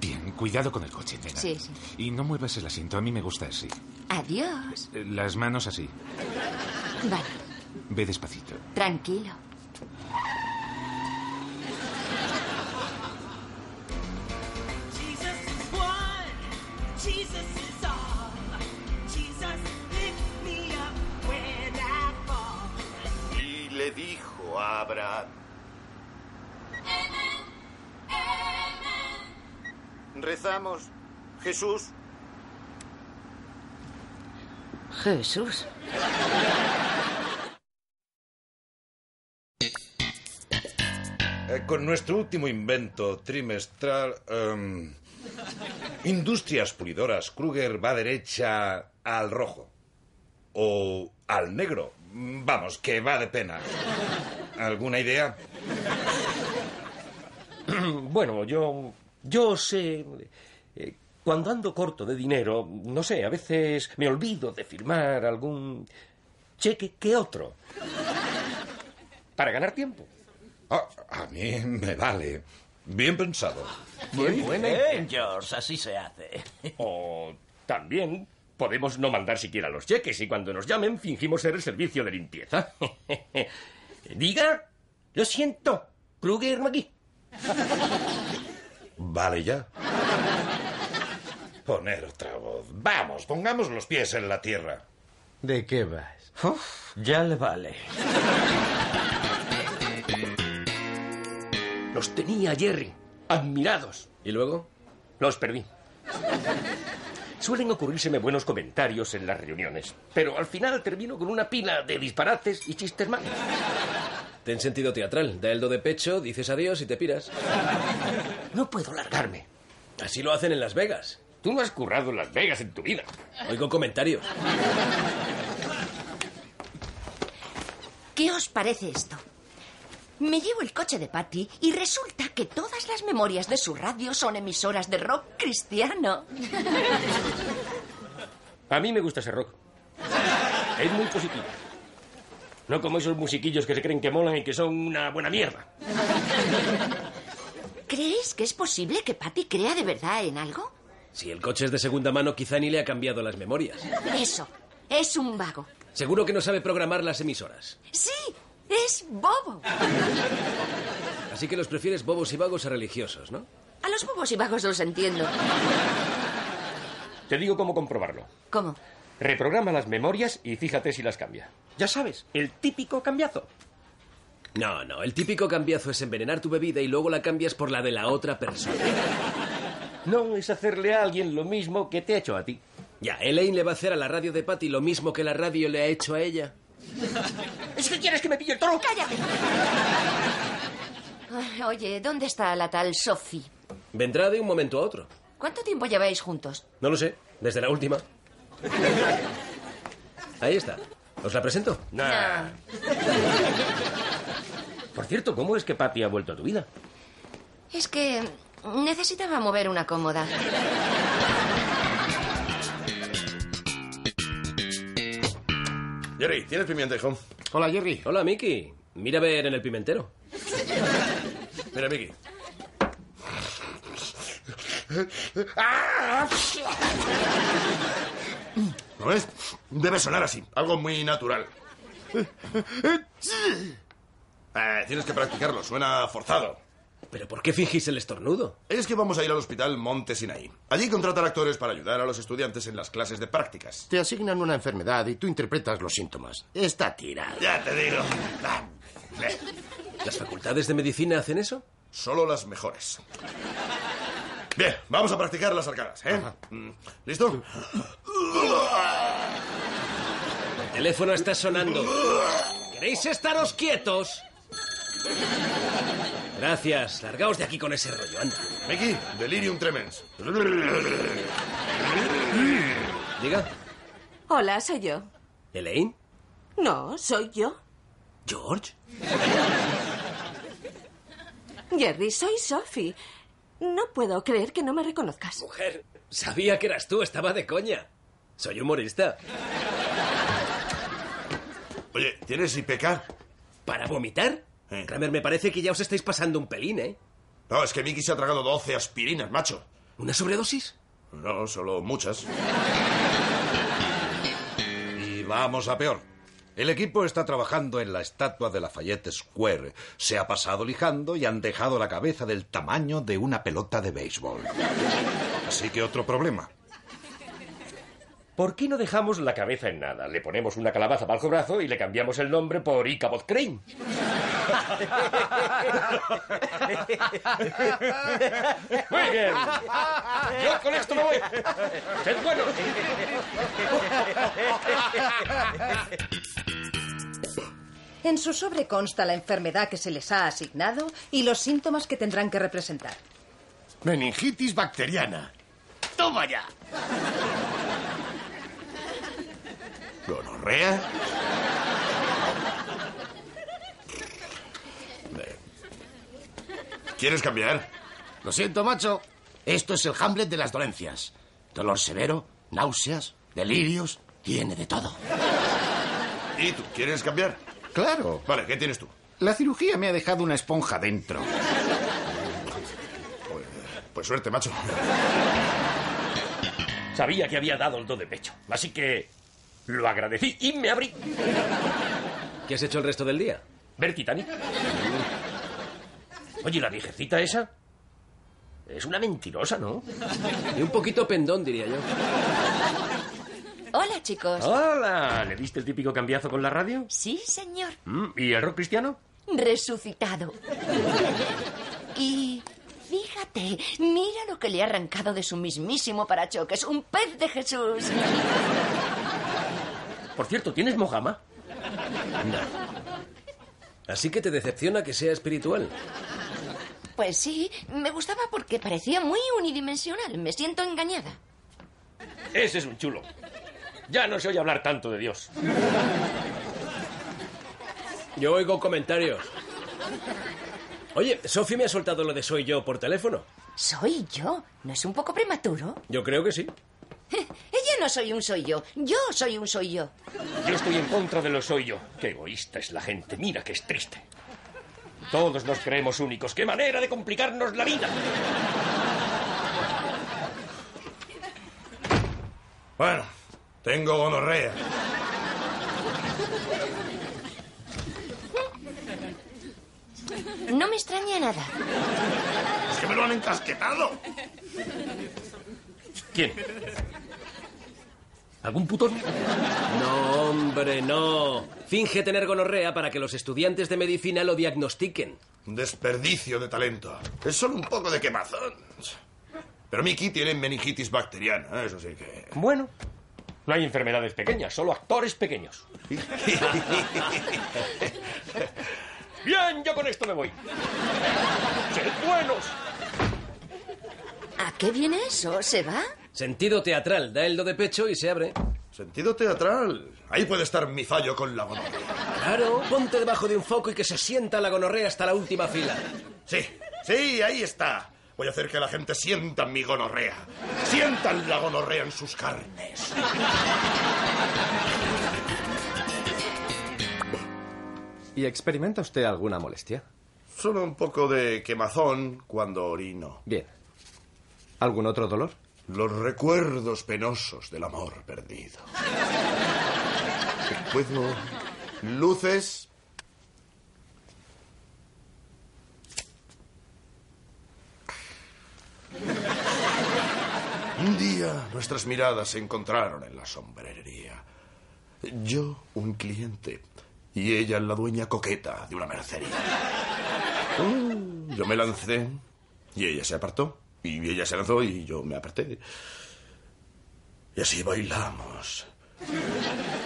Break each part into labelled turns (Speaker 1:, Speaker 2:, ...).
Speaker 1: Bien, cuidado con el coche, nena.
Speaker 2: Sí, sí.
Speaker 1: Y no muevas el asiento, a mí me gusta así.
Speaker 2: Adiós.
Speaker 1: Eh, Las manos así.
Speaker 2: Vale,
Speaker 1: Ve despacito.
Speaker 2: tranquilo.
Speaker 3: Jesus is one. Jesus is all. Jesus lift me up when I fall.
Speaker 4: Y le dijo a Abraham, rezamos, Jesús,
Speaker 2: Jesús.
Speaker 5: Eh, con nuestro último invento trimestral, em, Industrias Pulidoras Kruger va derecha al rojo. O al negro. Vamos, que va de pena. ¿Alguna idea?
Speaker 6: Bueno, yo. Yo sé. eh, Cuando ando corto de dinero, no sé, a veces me olvido de firmar algún cheque que otro. Para ganar tiempo.
Speaker 5: Ah, a mí me vale. Bien pensado.
Speaker 6: Muy buena idea.
Speaker 7: Bien, George, así se hace.
Speaker 6: ¿eh? O también podemos no mandar siquiera los cheques y cuando nos llamen fingimos ser el servicio de limpieza. Diga, lo siento, Kruger McGee.
Speaker 5: Vale ya. Poner otra voz. Vamos, pongamos los pies en la tierra.
Speaker 8: ¿De qué vas?
Speaker 7: Ya le vale.
Speaker 6: Los tenía Jerry, admirados. ¿Y luego? Los perdí. Suelen ocurrírseme buenos comentarios en las reuniones, pero al final termino con una pila de disparates y chistes malos.
Speaker 9: Ten sentido teatral. Da el do de pecho, dices adiós y te piras.
Speaker 6: No puedo largarme.
Speaker 9: Así lo hacen en Las Vegas.
Speaker 6: Tú no has currado en Las Vegas en tu vida.
Speaker 9: Oigo comentarios.
Speaker 2: ¿Qué os parece esto? Me llevo el coche de Patty y resulta que todas las memorias de su radio son emisoras de rock cristiano.
Speaker 6: A mí me gusta ese rock. Es muy positivo. No como esos musiquillos que se creen que molan y que son una buena mierda.
Speaker 2: ¿Creéis que es posible que Patty crea de verdad en algo?
Speaker 9: Si el coche es de segunda mano, quizá ni le ha cambiado las memorias.
Speaker 2: Eso, es un vago.
Speaker 9: Seguro que no sabe programar las emisoras.
Speaker 2: Sí, es bobo.
Speaker 9: Así que los prefieres bobos y vagos a religiosos, ¿no?
Speaker 2: A los bobos y vagos los entiendo.
Speaker 6: Te digo cómo comprobarlo.
Speaker 2: ¿Cómo?
Speaker 6: Reprograma las memorias y fíjate si las cambia. Ya sabes, el típico cambiazo.
Speaker 9: No, no. El típico cambiazo es envenenar tu bebida y luego la cambias por la de la otra persona.
Speaker 6: No es hacerle a alguien lo mismo que te ha hecho a ti.
Speaker 9: Ya, Elaine le va a hacer a la radio de Patty lo mismo que la radio le ha hecho a ella.
Speaker 6: ¿Es que quieres que me pille el toro?
Speaker 2: ¡Cállate! Ay, Oye, ¿dónde está la tal Sophie?
Speaker 9: Vendrá de un momento a otro.
Speaker 2: ¿Cuánto tiempo lleváis juntos?
Speaker 9: No lo sé. Desde la última. Ahí está. ¿Os la presento? Ah.
Speaker 6: Nah. Por cierto, ¿cómo es que papi ha vuelto a tu vida?
Speaker 2: Es que necesitaba mover una cómoda.
Speaker 5: Jerry, ¿tienes pimentejo?
Speaker 1: Hola, Jerry.
Speaker 9: Hola, Mickey. Mira a ver en el pimentero.
Speaker 5: Mira, Mickey.
Speaker 4: ¿no ves? Debe sonar así, algo muy natural.
Speaker 5: Eh, tienes que practicarlo, suena forzado.
Speaker 9: ¿Pero por qué fingís el estornudo?
Speaker 5: Es que vamos a ir al hospital Monte Sinaí. Allí contratan actores para ayudar a los estudiantes en las clases de prácticas.
Speaker 8: Te asignan una enfermedad y tú interpretas los síntomas. Está tirado.
Speaker 5: Ya te digo. Ah,
Speaker 9: ¿Las facultades de medicina hacen eso?
Speaker 5: Solo las mejores. Bien, vamos a practicar las arcadas, ¿eh? Mm, ¿Listo?
Speaker 9: El teléfono está sonando. ¿Queréis estaros quietos? Gracias. Largaos de aquí con ese rollo, anda.
Speaker 5: Mickey, delirium tremens.
Speaker 9: Diga,
Speaker 10: Hola, soy yo.
Speaker 9: Elaine,
Speaker 10: No, soy yo.
Speaker 9: George,
Speaker 10: Jerry, soy Sophie. No puedo creer que no me reconozcas.
Speaker 9: mujer. Sabía que eras tú, estaba de coña. Soy humorista.
Speaker 5: Oye, ¿tienes IPK?
Speaker 9: ¿Para vomitar?
Speaker 5: Eh.
Speaker 9: Kramer, me parece que ya os estáis pasando un pelín, ¿eh?
Speaker 5: No, es que Mickey se ha tragado 12 aspirinas, macho.
Speaker 9: ¿Una sobredosis?
Speaker 5: No, solo muchas.
Speaker 11: Y vamos a peor. El equipo está trabajando en la estatua de Lafayette Square. Se ha pasado lijando y han dejado la cabeza del tamaño de una pelota de béisbol. Así que otro problema.
Speaker 6: ¿Por qué no dejamos la cabeza en nada? Le ponemos una calabaza bajo brazo y le cambiamos el nombre por Ichabod Crane. Muy bien. Yo con esto me voy. ¡Sed buenos!
Speaker 12: En su sobre consta la enfermedad que se les ha asignado y los síntomas que tendrán que representar.
Speaker 13: Meningitis bacteriana. ¡Toma ya!
Speaker 5: ¿Gonorrea? Eh. ¿Quieres cambiar?
Speaker 13: Lo siento, macho. Esto es el Hamlet de las dolencias. Dolor severo, náuseas, delirios, tiene de todo.
Speaker 5: ¿Y tú quieres cambiar?
Speaker 13: Claro.
Speaker 5: Vale, ¿qué tienes tú?
Speaker 14: La cirugía me ha dejado una esponja dentro.
Speaker 5: Pues suerte, macho.
Speaker 6: Sabía que había dado el do de pecho, así que lo agradecí y me abrí.
Speaker 9: ¿Qué has hecho el resto del día?
Speaker 6: Ver Titanic. Oye, la viejecita esa es una mentirosa, ¿no?
Speaker 9: Y un poquito pendón, diría yo.
Speaker 2: Hola, chicos.
Speaker 6: ¡Hola! ¿Le diste el típico cambiazo con la radio?
Speaker 2: Sí, señor.
Speaker 6: Mm, ¿Y el rock cristiano?
Speaker 2: Resucitado. Y fíjate, mira lo que le ha arrancado de su mismísimo parachoques. Un pez de Jesús.
Speaker 6: Por cierto, ¿tienes mojama?
Speaker 9: Así que te decepciona que sea espiritual.
Speaker 2: Pues sí, me gustaba porque parecía muy unidimensional. Me siento engañada.
Speaker 6: Ese es un chulo. Ya no se oye hablar tanto de Dios.
Speaker 9: Yo oigo comentarios. Oye, Sophie me ha soltado lo de soy yo por teléfono.
Speaker 2: ¿Soy yo? ¿No es un poco prematuro?
Speaker 9: Yo creo que sí.
Speaker 2: Ella no soy un soy yo. Yo soy un soy yo.
Speaker 6: Yo estoy en contra de lo soy yo. Qué egoísta es la gente. Mira que es triste. Todos nos creemos únicos. ¡Qué manera de complicarnos la vida!
Speaker 5: Bueno, tengo gonorrea.
Speaker 2: No me extraña nada.
Speaker 5: ¡Es que me lo han encasquetado!
Speaker 6: ¿Quién? ¿Algún putón?
Speaker 9: No, hombre, no. Finge tener gonorrea para que los estudiantes de medicina lo diagnostiquen.
Speaker 5: Un desperdicio de talento. Es solo un poco de quemazón. Pero Mickey tiene meningitis bacteriana, eso sí que...
Speaker 6: Bueno. No hay enfermedades pequeñas, solo actores pequeños. Bien, yo con esto me voy. ¡Sed buenos!
Speaker 2: ¿A qué viene eso? ¿Se va?
Speaker 9: Sentido teatral, da el do de pecho y se abre.
Speaker 5: Sentido teatral. Ahí puede estar mi fallo con la gonorrea.
Speaker 9: Claro, ponte debajo de un foco y que se sienta la gonorrea hasta la última fila.
Speaker 5: Sí, sí, ahí está. Voy a hacer que la gente sienta mi gonorrea. Sientan la gonorrea en sus carnes.
Speaker 15: ¿Y experimenta usted alguna molestia?
Speaker 5: Solo un poco de quemazón cuando orino.
Speaker 15: Bien. ¿Algún otro dolor?
Speaker 5: Los recuerdos penosos del amor perdido. Puedo... Luces... Un día nuestras miradas se encontraron en la sombrería. Yo, un cliente, y ella, la dueña coqueta de una mercería. Mm, Yo me lancé y ella se apartó. Y ella se lanzó y yo me aparté. Y así bailamos.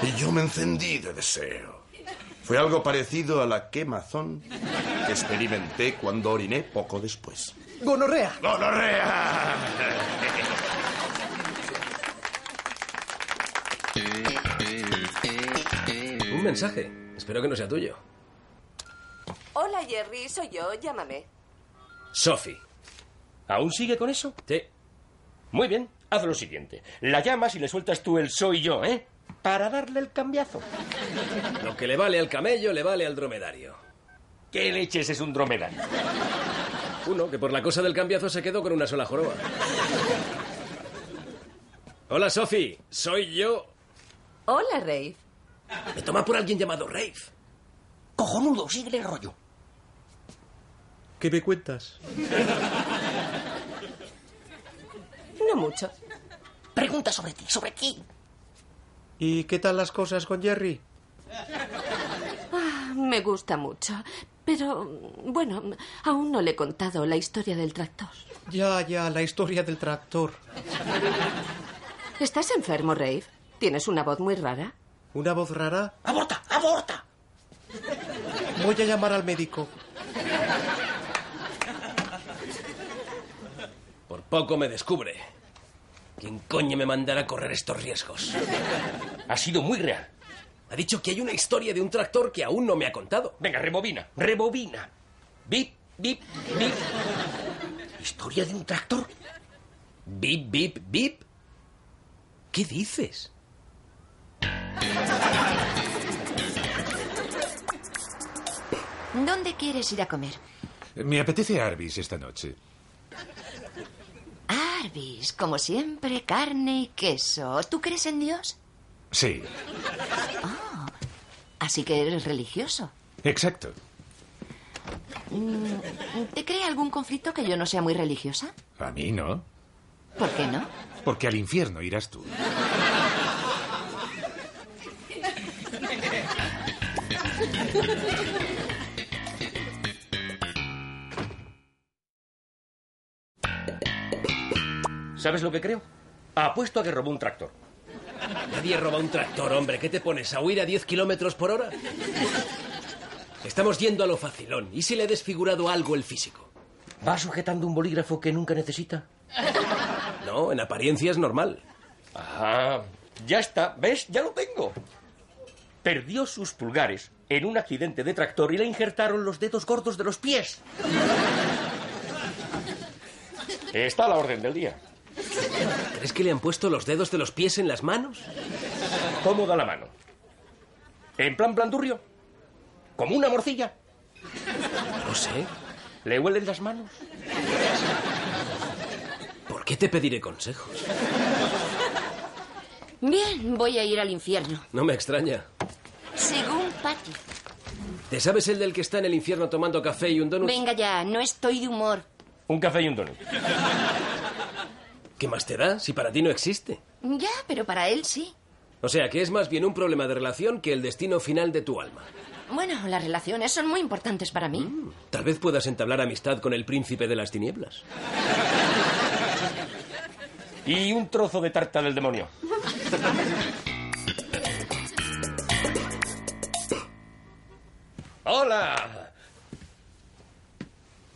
Speaker 5: Y yo me encendí de deseo. Fue algo parecido a la quemazón que experimenté cuando oriné poco después.
Speaker 15: ¡Gonorrea!
Speaker 5: ¡Gonorrea!
Speaker 9: Un mensaje. Espero que no sea tuyo.
Speaker 16: Hola, Jerry, soy yo, llámame.
Speaker 9: Sophie.
Speaker 6: ¿Aún sigue con eso?
Speaker 9: Sí.
Speaker 6: Muy bien, haz lo siguiente. La llamas y le sueltas tú el soy yo, ¿eh? Para darle el cambiazo.
Speaker 9: Lo que le vale al camello, le vale al dromedario.
Speaker 6: ¿Qué leches es un dromedario?
Speaker 9: Uno que por la cosa del cambiazo se quedó con una sola joroba. Hola, Sophie. Soy yo.
Speaker 10: Hola, Rafe.
Speaker 9: Me toma por alguien llamado Rafe.
Speaker 7: Cojonudo, sigue el rollo.
Speaker 9: ¿Qué me cuentas?
Speaker 10: No mucho.
Speaker 7: Pregunta sobre ti, sobre ti.
Speaker 9: ¿Y qué tal las cosas con Jerry?
Speaker 10: Ah, me gusta mucho. Pero, bueno, aún no le he contado la historia del tractor.
Speaker 9: Ya, ya, la historia del tractor.
Speaker 10: ¿Estás enfermo, Rafe? Tienes una voz muy rara.
Speaker 9: ¿Una voz rara?
Speaker 7: ¡Aborta! ¡Aborta!
Speaker 9: Voy a llamar al médico. Por poco me descubre. ¿Quién coño me mandará a correr estos riesgos?
Speaker 6: Ha sido muy real.
Speaker 9: Ha dicho que hay una historia de un tractor que aún no me ha contado.
Speaker 6: Venga, rebobina, rebobina. Bip, bip, bip.
Speaker 7: ¿Historia de un tractor?
Speaker 9: Bip, bip, bip. ¿Qué dices?
Speaker 2: ¿Dónde quieres ir a comer?
Speaker 1: Me apetece Arby's esta noche.
Speaker 2: Arby's, como siempre, carne y queso. ¿Tú crees en Dios?
Speaker 1: Sí,
Speaker 2: Así que eres religioso.
Speaker 1: exacto.
Speaker 2: Mm, ¿Te crea algún conflicto que yo no sea muy religiosa?
Speaker 1: A mí no.
Speaker 2: ¿Por qué no?
Speaker 1: Porque al infierno irás tú.
Speaker 6: ¿Sabes lo que creo? Apuesto a que robó un tractor.
Speaker 9: Nadie roba un tractor, hombre. ¿Qué te pones? ¿A huir a 10 kilómetros por hora? Estamos yendo a lo facilón. ¿Y si le ha desfigurado algo el físico?
Speaker 6: ¿Va sujetando un bolígrafo que nunca necesita?
Speaker 9: No, en apariencia es normal.
Speaker 6: Ah, ya está. ¿Ves? Ya lo tengo. Perdió sus pulgares en un accidente de tractor y le injertaron los dedos gordos de los pies. Está a la orden del día.
Speaker 9: ¿Crees que le han puesto los dedos de los pies en las manos?
Speaker 6: ¿Cómo da la mano? ¿En plan blandurrio? ¿Como una morcilla?
Speaker 9: No sé.
Speaker 6: ¿Le huelen las manos?
Speaker 9: ¿Por qué te pediré consejos?
Speaker 2: Bien, voy a ir al infierno.
Speaker 9: No me extraña.
Speaker 2: Según Patty.
Speaker 9: ¿Te sabes el del que está en el infierno tomando café y un donut?
Speaker 2: Venga ya, no estoy de humor.
Speaker 6: Un café y un donut.
Speaker 9: ¿Qué más te da si para ti no existe?
Speaker 2: Ya, pero para él sí.
Speaker 9: O sea, que es más bien un problema de relación que el destino final de tu alma.
Speaker 2: Bueno, las relaciones son muy importantes para mí.
Speaker 10: Mm,
Speaker 9: Tal vez puedas entablar amistad con el príncipe de las tinieblas.
Speaker 6: Y un trozo de tarta del demonio. ¡Hola!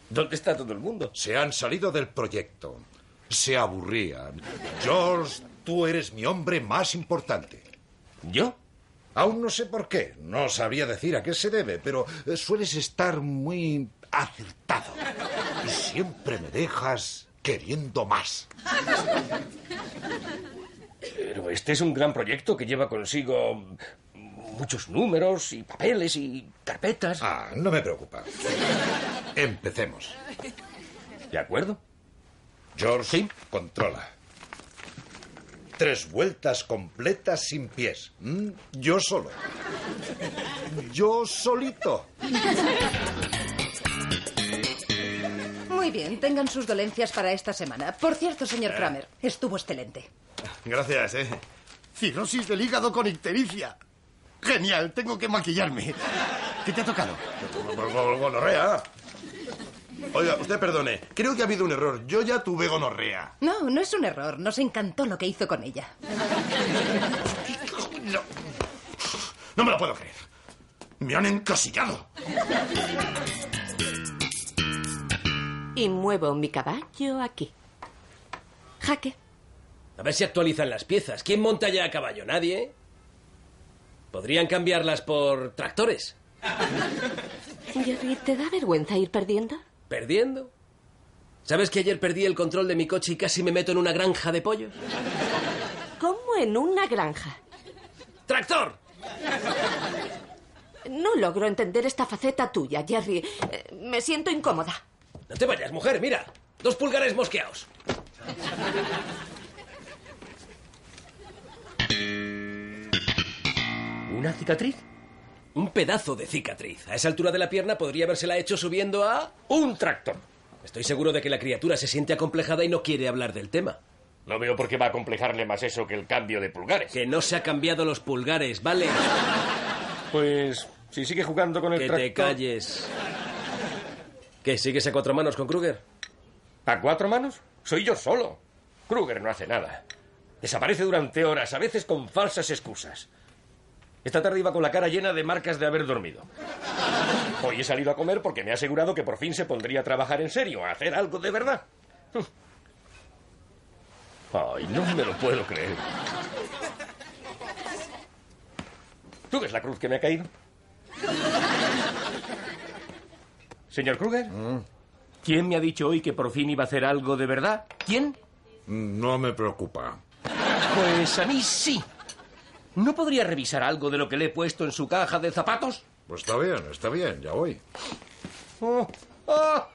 Speaker 6: ¿Dónde está todo el mundo?
Speaker 5: Se han salido del proyecto. Se aburrían. George, tú eres mi hombre más importante.
Speaker 6: ¿Yo?
Speaker 5: Aún no sé por qué. No sabría decir a qué se debe, pero eh, sueles estar muy acertado. Y siempre me dejas queriendo más.
Speaker 6: Pero este es un gran proyecto que lleva consigo muchos números y papeles y carpetas.
Speaker 5: Ah, no me preocupa. Empecemos.
Speaker 6: ¿De acuerdo?
Speaker 5: George, controla. Tres vueltas completas sin pies. ¿Mm? Yo solo. Yo solito.
Speaker 17: Muy bien, tengan sus dolencias para esta semana. Por cierto, señor
Speaker 4: Eh.
Speaker 17: Kramer, estuvo
Speaker 10: pues
Speaker 17: excelente.
Speaker 4: Gracias, ¿eh?
Speaker 8: Cirrosis del hígado con ictericia. Genial, tengo que maquillarme. ¿Qué te ha tocado?
Speaker 4: Gol- gol- Gonorrea. Oiga, usted perdone. Creo que ha habido un error. Yo ya tuve gonorrea.
Speaker 17: No, no es un error. Nos encantó lo que hizo con ella.
Speaker 4: No me lo puedo creer. Me han encasillado.
Speaker 10: Y muevo mi caballo aquí. Jaque.
Speaker 9: A ver si actualizan las piezas. ¿Quién monta ya a caballo? ¿Nadie? Podrían cambiarlas por tractores.
Speaker 10: Jerry, ¿te da vergüenza ir perdiendo?
Speaker 9: ¿Perdiendo? ¿Sabes que ayer perdí el control de mi coche y casi me meto en una granja de pollos?
Speaker 10: Como en una granja.
Speaker 9: ¡Tractor!
Speaker 10: No logro entender esta faceta tuya, Jerry. Eh, me siento incómoda.
Speaker 9: No te vayas, mujer, mira. Dos pulgares mosqueados.
Speaker 6: ¿Una cicatriz?
Speaker 9: Un pedazo de cicatriz. A esa altura de la pierna podría habérsela hecho subiendo a... Un tractor. Estoy seguro de que la criatura se siente acomplejada y no quiere hablar del tema.
Speaker 18: No veo por qué va a complejarle más eso que el cambio de pulgares.
Speaker 9: Que no se ha cambiado los pulgares, ¿vale?
Speaker 6: Pues si sigue jugando con el
Speaker 9: Que te
Speaker 6: tractor-
Speaker 9: calles. ¿Qué, sigues a cuatro manos con Kruger?
Speaker 18: ¿A cuatro manos? Soy yo solo. Kruger no hace nada.
Speaker 6: Desaparece durante horas, a veces con falsas excusas. Esta tarde iba con la cara llena de marcas de haber dormido.
Speaker 18: Hoy he salido a comer porque me ha asegurado que por fin se pondría a trabajar en serio, a hacer algo de verdad. Ay, no me lo puedo creer. ¿Tú ves la cruz que me ha caído?
Speaker 6: Señor Kruger,
Speaker 19: Mm.
Speaker 6: ¿quién me ha dicho hoy que por fin iba a hacer algo de verdad? ¿Quién?
Speaker 5: No me preocupa.
Speaker 6: Pues a mí sí. ¿No podría revisar algo de lo que le he puesto en su caja de zapatos?
Speaker 5: Pues está bien, está bien, ya voy.
Speaker 6: Oh, oh.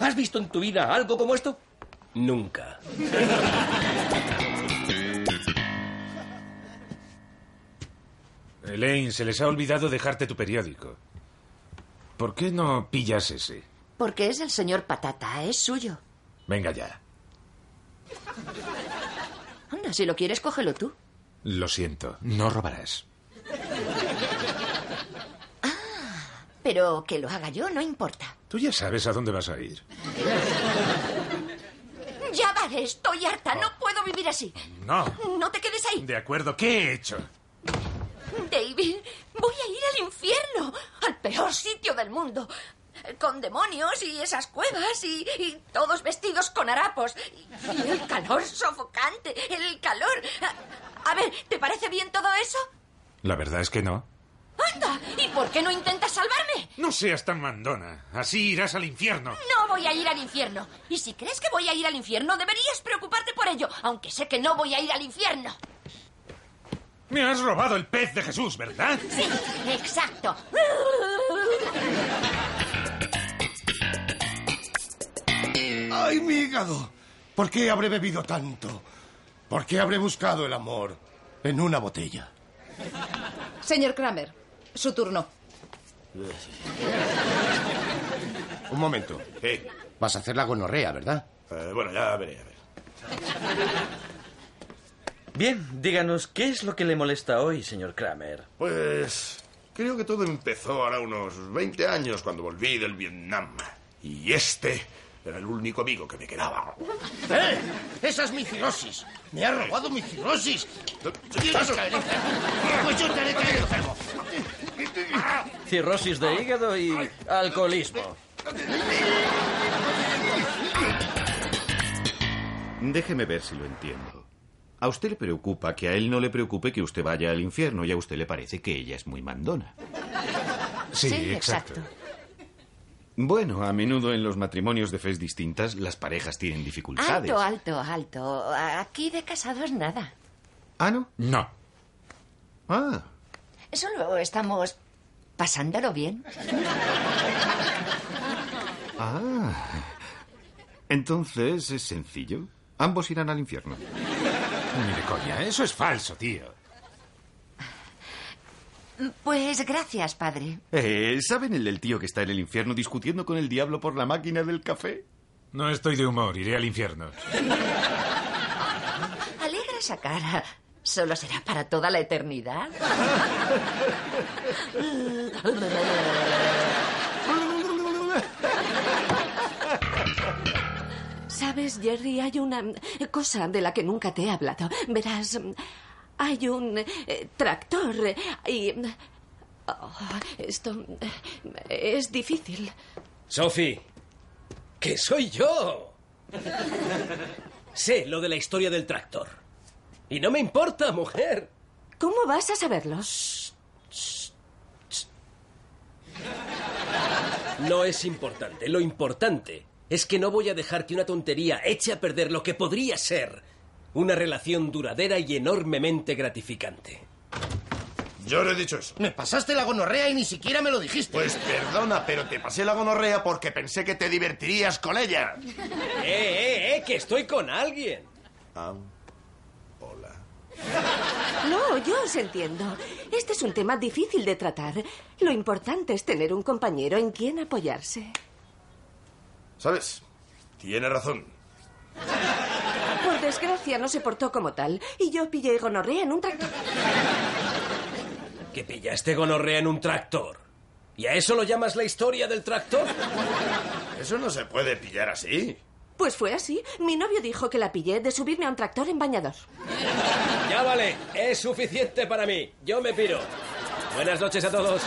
Speaker 6: ¿Has visto en tu vida algo como esto? Nunca.
Speaker 1: Elaine, se les ha olvidado dejarte tu periódico. ¿Por qué no pillas ese?
Speaker 2: Porque es el señor Patata, es suyo.
Speaker 1: Venga ya.
Speaker 2: Anda, si lo quieres, cógelo tú.
Speaker 1: Lo siento, no robarás.
Speaker 2: Pero que lo haga yo no importa.
Speaker 1: Tú ya sabes a dónde vas a ir.
Speaker 2: Ya vale, estoy harta, no puedo vivir así.
Speaker 1: No.
Speaker 2: No te quedes ahí.
Speaker 1: De acuerdo, ¿qué he hecho?
Speaker 2: David, voy a ir al infierno, al peor sitio del mundo. Con demonios y esas cuevas y, y todos vestidos con harapos. Y el calor sofocante, el calor. A, a ver, ¿te parece bien todo eso?
Speaker 1: La verdad es que no.
Speaker 2: ¡Anda! ¿Y por qué no intentas salvarme?
Speaker 1: No seas tan mandona. Así irás al infierno.
Speaker 2: No voy a ir al infierno. Y si crees que voy a ir al infierno, deberías preocuparte por ello, aunque sé que no voy a ir al infierno.
Speaker 1: Me has robado el pez de Jesús, ¿verdad?
Speaker 2: Sí, exacto.
Speaker 20: ¡Ay, mi hígado! ¿Por qué habré bebido tanto? ¿Por qué habré buscado el amor en una botella?
Speaker 17: Señor Kramer, su turno.
Speaker 8: Un momento. Vas a hacer la gonorrea, ¿verdad?
Speaker 4: Eh, bueno, ya veré, a ver.
Speaker 19: Bien, díganos, ¿qué es lo que le molesta hoy, señor Kramer?
Speaker 4: Pues creo que todo empezó ahora unos 20 años cuando volví del Vietnam. Y este era el único amigo que me quedaba.
Speaker 8: ¡Eh! ¡Esa es mi cirrosis! ¡Me ha robado mi cirrosis! ¡Tienes que haber enfermo! ¡Pues yo tendré que haber enfermo!
Speaker 19: Cirrosis de hígado y alcoholismo.
Speaker 21: Déjeme ver si lo entiendo. A usted le preocupa que a él no le preocupe que usted vaya al infierno y a usted le parece que ella es muy mandona.
Speaker 1: Sí, Sí, exacto.
Speaker 21: Bueno, a menudo en los matrimonios de fes distintas las parejas tienen dificultades.
Speaker 2: Alto, alto, alto. Aquí de casados nada.
Speaker 21: ¿Ah, no?
Speaker 1: No.
Speaker 21: Ah,
Speaker 2: Solo estamos pasándolo bien.
Speaker 21: ah. Entonces es sencillo. Ambos irán al infierno.
Speaker 1: Mire, coña, eso es falso, tío.
Speaker 2: Pues gracias, padre.
Speaker 21: Eh, ¿Saben el del tío que está en el infierno discutiendo con el diablo por la máquina del café?
Speaker 1: No estoy de humor, iré al infierno.
Speaker 2: Alegra esa cara. Solo será para toda la eternidad.
Speaker 10: Sabes, Jerry, hay una eh, cosa de la que nunca te he hablado. Verás, mm, hay un eh, tractor eh, y... mm, oh, esto mm, es difícil.
Speaker 9: Sophie, que soy yo. Sé lo de la historia del tractor. Y no me importa, mujer.
Speaker 10: ¿Cómo vas a saberlo?
Speaker 9: No es importante. Lo importante es que no voy a dejar que una tontería eche a perder lo que podría ser una relación duradera y enormemente gratificante.
Speaker 22: Yo no he dicho eso.
Speaker 17: Me pasaste la gonorrea y ni siquiera me lo dijiste.
Speaker 22: Pues perdona, pero te pasé la gonorrea porque pensé que te divertirías con ella.
Speaker 23: ¡Eh, eh, eh! ¡Que estoy con alguien!
Speaker 5: Ah.
Speaker 2: No, yo os entiendo. Este es un tema difícil de tratar. Lo importante es tener un compañero en quien apoyarse.
Speaker 22: ¿Sabes? Tiene razón.
Speaker 2: Por desgracia, no se portó como tal. Y yo pillé gonorrea en un tractor.
Speaker 23: ¿Que pillaste gonorrea en un tractor? ¿Y a eso lo llamas la historia del tractor?
Speaker 22: Eso no se puede pillar así.
Speaker 2: Pues fue así. Mi novio dijo que la pillé de subirme a un tractor en bañador.
Speaker 23: Ya vale, es suficiente para mí. Yo me piro. Buenas noches a todos.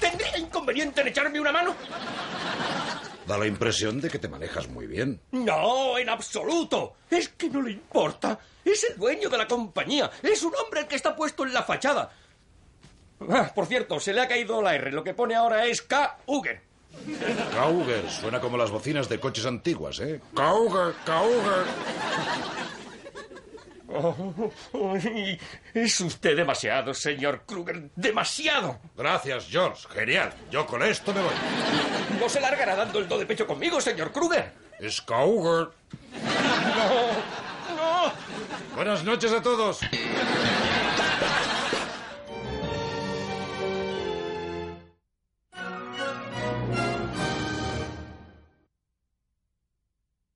Speaker 9: ¿Tendría inconveniente en echarme una mano?
Speaker 5: Da la impresión de que te manejas muy bien.
Speaker 9: No, en absoluto. Es que no le importa. Es el dueño de la compañía. Es un hombre el que está puesto en la fachada. Ah, por cierto, se le ha caído la R. Lo que pone ahora es K. Uger.
Speaker 5: Kauger, suena como las bocinas de coches antiguas, ¿eh?
Speaker 9: Kauger, Kauger. Oh, es usted demasiado, señor Kruger. Demasiado.
Speaker 5: Gracias, George. Genial. Yo con esto me voy.
Speaker 9: No se largará dando el do de pecho conmigo, señor Kruger.
Speaker 5: Es Kauger.
Speaker 9: No, no.
Speaker 5: Buenas noches a todos.